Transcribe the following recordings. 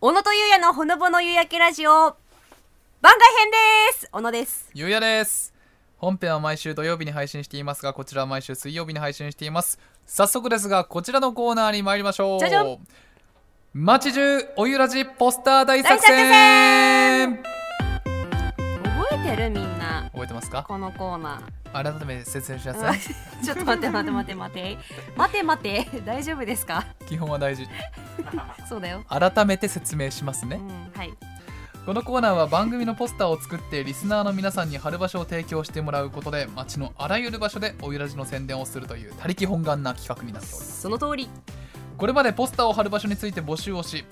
小野とゆうやのほのぼの夕焼けラジオ番外編です小野ですゆうやです本編は毎週土曜日に配信していますがこちらは毎週水曜日に配信しています早速ですがこちらのコーナーに参りましょうじゃじゃん街中おゆらじポスター大作大戦覚えてるみんな覚えてますかこのコーナ改めて説明しなさーい ちょっと待って待って待って待って待て待て大丈夫ですか基本は大事そうだよ改めて説明しますうねんはいこのコーナーは番組のポスターを作ってリスナーの皆さんに貼る場所を提供してもらうことで街のあらゆる場所でおゆらじの宣伝をするという他力本願な企画になっておりますその通りこれまでポスターを貼る場所について募集をし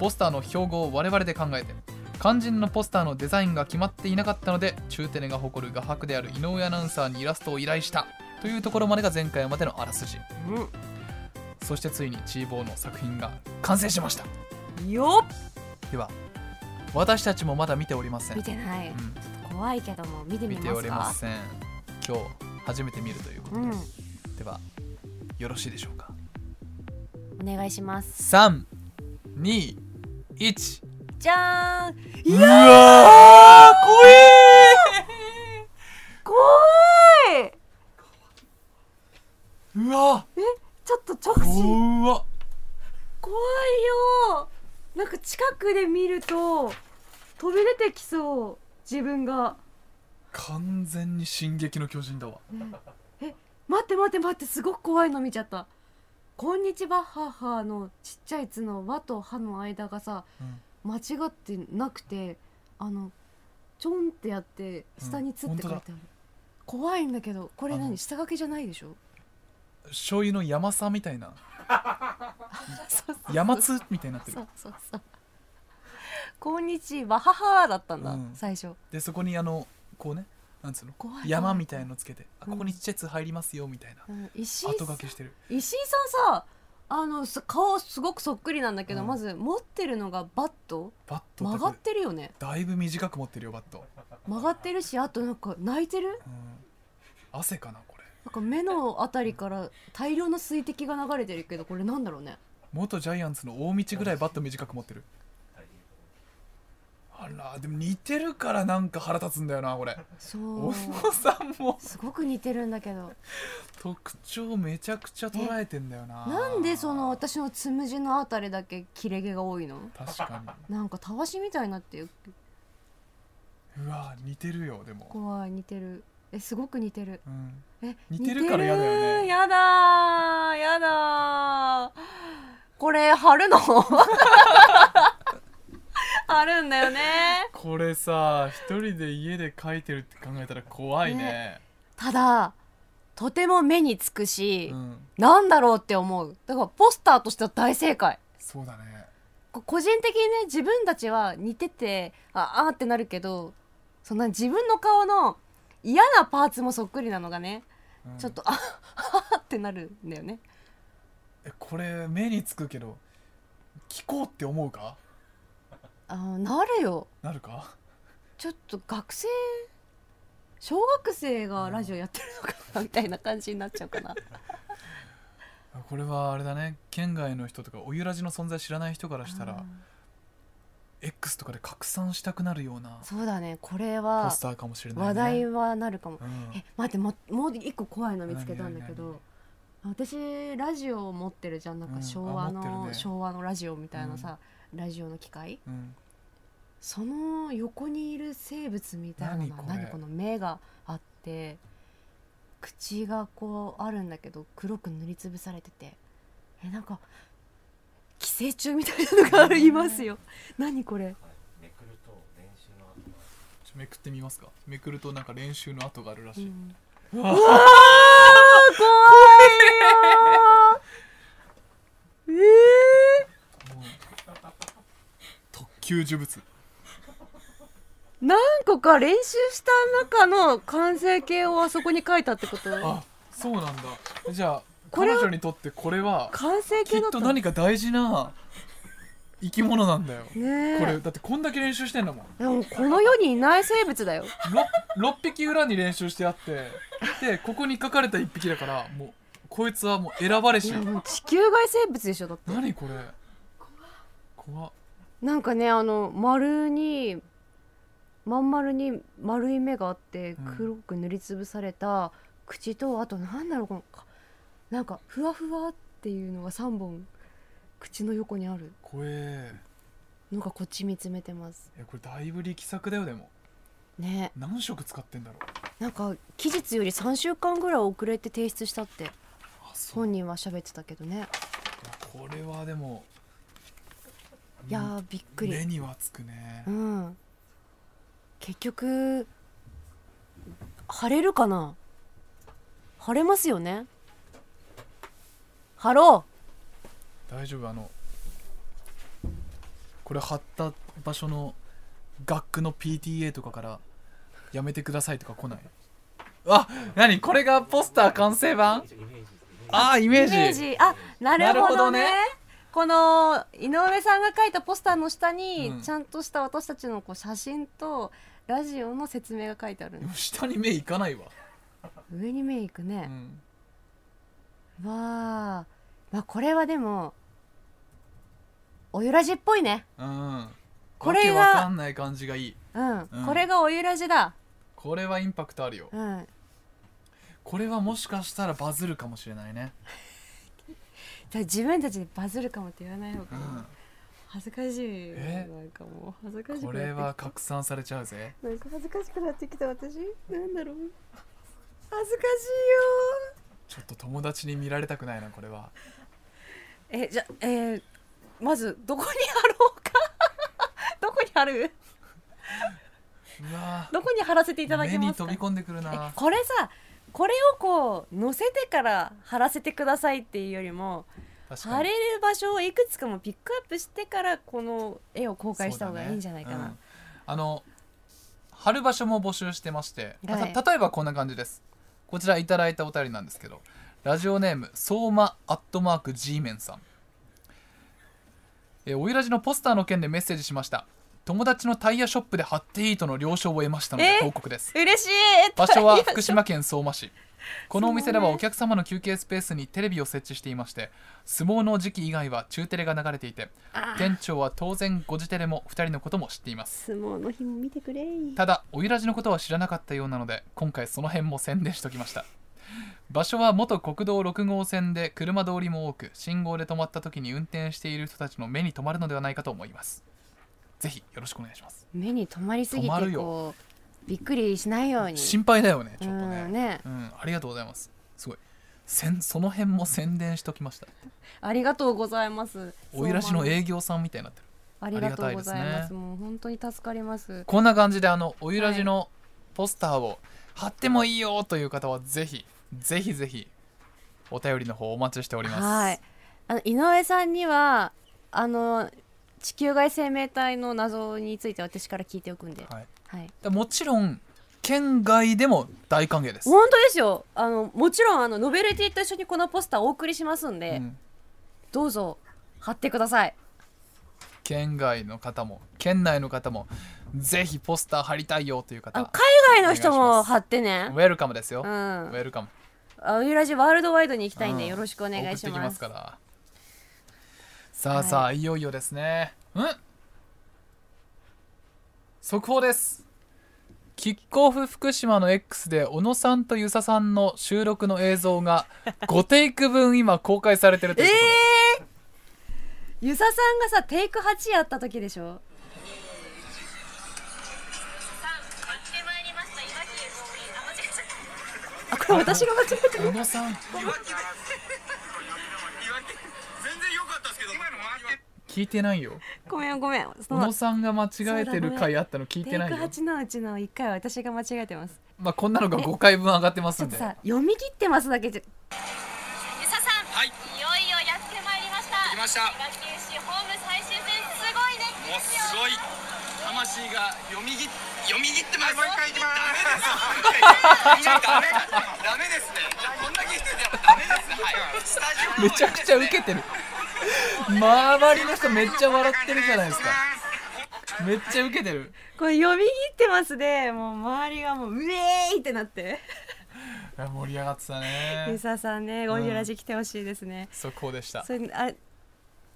ポスターの標語を我々で考えて肝心のポスターのデザインが決まっていなかったので中テレが誇る画伯である井上アナウンサーにイラストを依頼したというところまでが前回までのあらすじそしてついにチーボーの作品が完成しましたうんよでは私たちもまだ見ておりませっん見、てないうん怖いけども見てみま見すてかおりません今日初めて見るということうで、んではよろしいでしょうかお願いします321じゃーんうわー怖怖いえーうわちょっと直視怖っ怖いよなんか近くで見ると飛び出てきそう自分が完全に「進撃の巨人」だわ待って待って待ってすごく怖いの見ちゃった「こんにちは母」のちっちゃい「つ」の「和」と「歯の間がさ間違ってなくてあのちょんってやって下に「つ」って書いてある、怖いんだけどこれあ何の下書きじゃないでしょ醤油の山さみたいなそうそう山津みたいになってそるうそうそうこんにちは母だったんだ、うん最初でそこにあのこうねなんつうの怖い怖い山みたいのつけてあうんここにちっちゃい「つ」入りますよみたいなうん石井後さ書んきしてる石井さんさあのさ顔すごくそっくりなんだけど、うんまず持ってるのがバットバット曲がっだけてるよねだいぶ短く持ってるよバット、曲がってるしあとなんか泣いてるうん、汗かなこれなんか目のあたりから大量の水滴が流れてるけどこれなんだろうね元ジャイアンツの大道ぐらいバット短く持ってるあらでも似てるからなんか腹立つんだよなこれそ小う野さんもすごく似てるんだけど特徴めちゃくちゃ捉えてんだよななんでその私のつむじのあたりだけ切れ毛が多いの確かなんかたわしみたいになってるにうわ似てるよでも、怖い似てるえすごく似てるうん、え似てるから嫌だよね似てるやだーやだーこれ貼るの 貼るんだよねこれさ一人で家で描いてるって考えたら怖いねただとても目につくし、うんなんだろうって思うだからポスターとしては大正解そうだねこ個人的にね自分たちは似ててああーってなるけどそんな自分の顔の嫌なパーツもそっくりなのがね、うんちょっとあ あーってなるんだよねえこれ目につくけど聞こうって思うかあーなるよなるかちょっと学生小学生がラジオやってるのかなみたいな感じになっちゃうかなこれはあれだね県外の人とかおゆらじの存在知らない人からしたあらー X とかで拡散したくなるようなそうだねこれポはスターかもしれない、ね、話題はなるかもうんえ待ってももう一個怖いの見つけたんだけ何ど私ラジオを持ってるじゃんなんうかん昭和あの、持ってるね昭和のラジオみたいなさ、ラジオの機械うんその横にいる生物みたいなの何はこれ何この目があって口がこうあるんだけど黒く塗りつぶされててえなんか寄生虫みたいなのがありますよ何これめくると練習の後がちょめくってみますかめくるとなんか練習の跡があるらうしい、んうわあー怖いよーえー特級呪物何個か練習した中の完成形をあそこに書いたってことあそうなんだじゃあこれ彼は女にとってこれは完成き形っだったとの何か大事な生き物なんだよねえこれだってこんだけ練習してんだもんでもこの世にいない生物だよ 6, 匹裏に練習してあってでここに書かれた1匹だからもうこいつはもう選ばれいしやもう地球外生物でしょだって何これ怖っなんかねあの丸にまん丸に丸い目があってうん黒く塗りつぶされた口と、あとなんだろうこのかなんかふわふわっていうのが3本口の横にある怖えのがこっち見つめてますいやこれだいぶ力作だよでもね何色使ってんだろうなんか期日より3週間ぐらい遅れて提出したってあそう本人は喋ってたけどねいやこれはでもいやーびっくり目にはつくね、うん結局晴れるかな晴れますよね晴ろ大丈夫あのこれ貼った場所の学区の PTA とかからやめてくださいとか来ないあ何これがポスター完成イ版メージですイメージあーイうメーイジメージあなるほどねなるこの井上さんが書いたポスターの下に、うんちゃんとした私たちのこう写真とラジオの説明が書いてあるでのも下に目いかないわ、上に目いくうね、ん、わあまあこれはでもおゆらじっぽいねうんこれがわけわかんない感じがいいうん、うんこれがおゆらじだこれはインパクトあるようんこれはもしかしたらバズるかもしれないね、じゃあ自分たちでバズるかもって言わない方うがん、恥ずかしいよえなんかもう恥ずかしくなっこてきたれは拡散されちゃうぜなんか恥ずかしくなってきた私なんだろう恥ずかちょっと友達に見られたくないなこれはしいよえじゃえーまずどこに貼ろうか どこに貼るうわどこに貼らせていただけ目まにすか飛び込んでくるえなこれさこれをこう載せてから貼らせてくださいっていうよりも確貼かれにる場所をいくつかもピックアップしてからこの絵を公開した方がいいんじゃないかな、そうだねうんあの貼る場所も募集してまして、はいた例えばこんな感じですこちらいただいたお便りなんですけどラジオネーム相馬アットマーク G メンさんえーおいらじのポスターの件でメッセージしました友達のタイヤショップで貼っていいとの了承を得ましたのでえ報告です嬉しい場所は福島県相馬市このお店ではそうねお客様の休憩スペースにテレビを設置していまして相撲の時期以外は中テレが流れていてあ店長は当然ご自テレも2人のことも知っています相撲の日も見てくれただおゆらじのことは知らなかったようなので今回その辺も宣伝しときました場所は元国道6号線で車通りも多く信号で止まった時に運転している人たちの目に留まるのではないかと思いますぜひよろしくお願いします目に留まりすぎ止まるてよこうびっくりしないように心配だよねちょっとねうんねうん、ありがとうございます。すごい。せんその辺も宣伝しときました。ありがとうございますおいらしの営業さんみたいになってる。ありがとうございありがたいまですすもう本当に助かりますこんな感じであのおいらじのポスターを貼ってもいいよという方はぜひぜひぜひお便りの方お待ちしております。はいあの井上さんにはあの地球外生命体の謎について私から聞いておくんで、はいはい、でもちろん県外でも大歓迎です。本当ですよあのもちろんあのノベルティと一緒にこのポスターお送りしますんで、うんどうぞ貼ってください県外の方も県内の方もぜひポスター貼りたいよというあの方海外の人も貼ってウねェルカムですよ。うウんェルカム。あウユラジワールドワイドに行きたいんで、うんよろしくお願いし送ってきまますすからさあさあ、い、よいよですねうん速報ですキックオフ福島の X で小野さんと遊佐さんの収録の映像 が5テイク分今公開されてるとえいうことで、えー、ゆささんがさテイク8やった時でしょあこれ私が間違えた小野さん全然良かったですけど今の回って聞いてないよ ごめんごめんそ小の野さんが間違えてる回あったの聞いテてイクないよ、 8のうちの1回は私が間違えてますまあ、こんなのが5回分上がってまちすょんっとでさ読み切ってますだけじゃゆささん、はいいよいよやってまいりました来ました滋賀九州ホーム最終戦すごい熱もう気ですすよごい魂が読みぎ読み切ってます、もう一回行きまいやダメダメですねこんだけ言ってたらダメですねはいスタジオめちゃくちゃウケてる周りの人めっちゃ笑ってるじゃないですかめっちゃウケてるこれ読み切ってますでもう周りがもううえーいってなっていや盛り上がってたゆねささんねゴジラジ来てほしいですね、速報でしたそれあ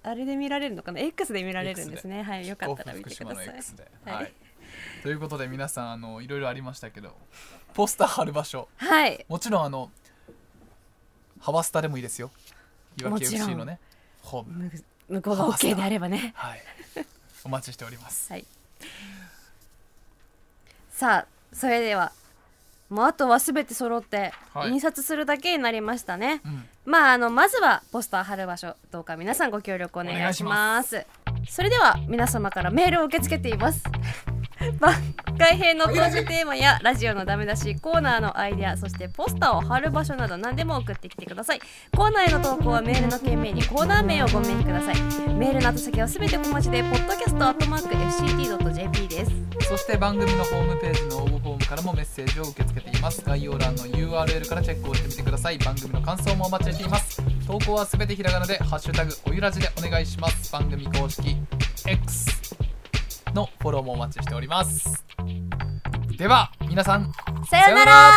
あれで見られるのかな X で見られるんです X ねはいよか甲った府ら見福てく島だのさい X で、はいはい、ということで皆さんあのいろいろありましたけどポスター貼る場所はいもちろんあのハバスタでもいいですよいわもきちろん FC のねホームむ向こうが OK であればねはいお待ちしておりますはいさあそれではもうあとは全て揃ってはい印刷するだけになりましたね、うんまああのまずはポスター貼る場所どうか皆さんご協力お願いしますそれでは皆様からメールを受け付けています 番外編のトークテーマやラジオのダメ出しコーナーのアイデアそしてポスターを貼る場所など何でも送ってきてくださいコーナーへの投稿はメールの件名にコーナー名をご明記くださいメールの後先はすべて小文字で podcast.fct.jp ですそして番組のホームページの応募フォームからもメッセージを受け付けています概要欄の URL からチェックをしてみてください番組の感想もお待ちしています投稿はすべてひらがなで「ハッシュタグおゆらじ」でお願いします番組公式 X のフォローもお待ちしておりますでは皆さんさようさようなならら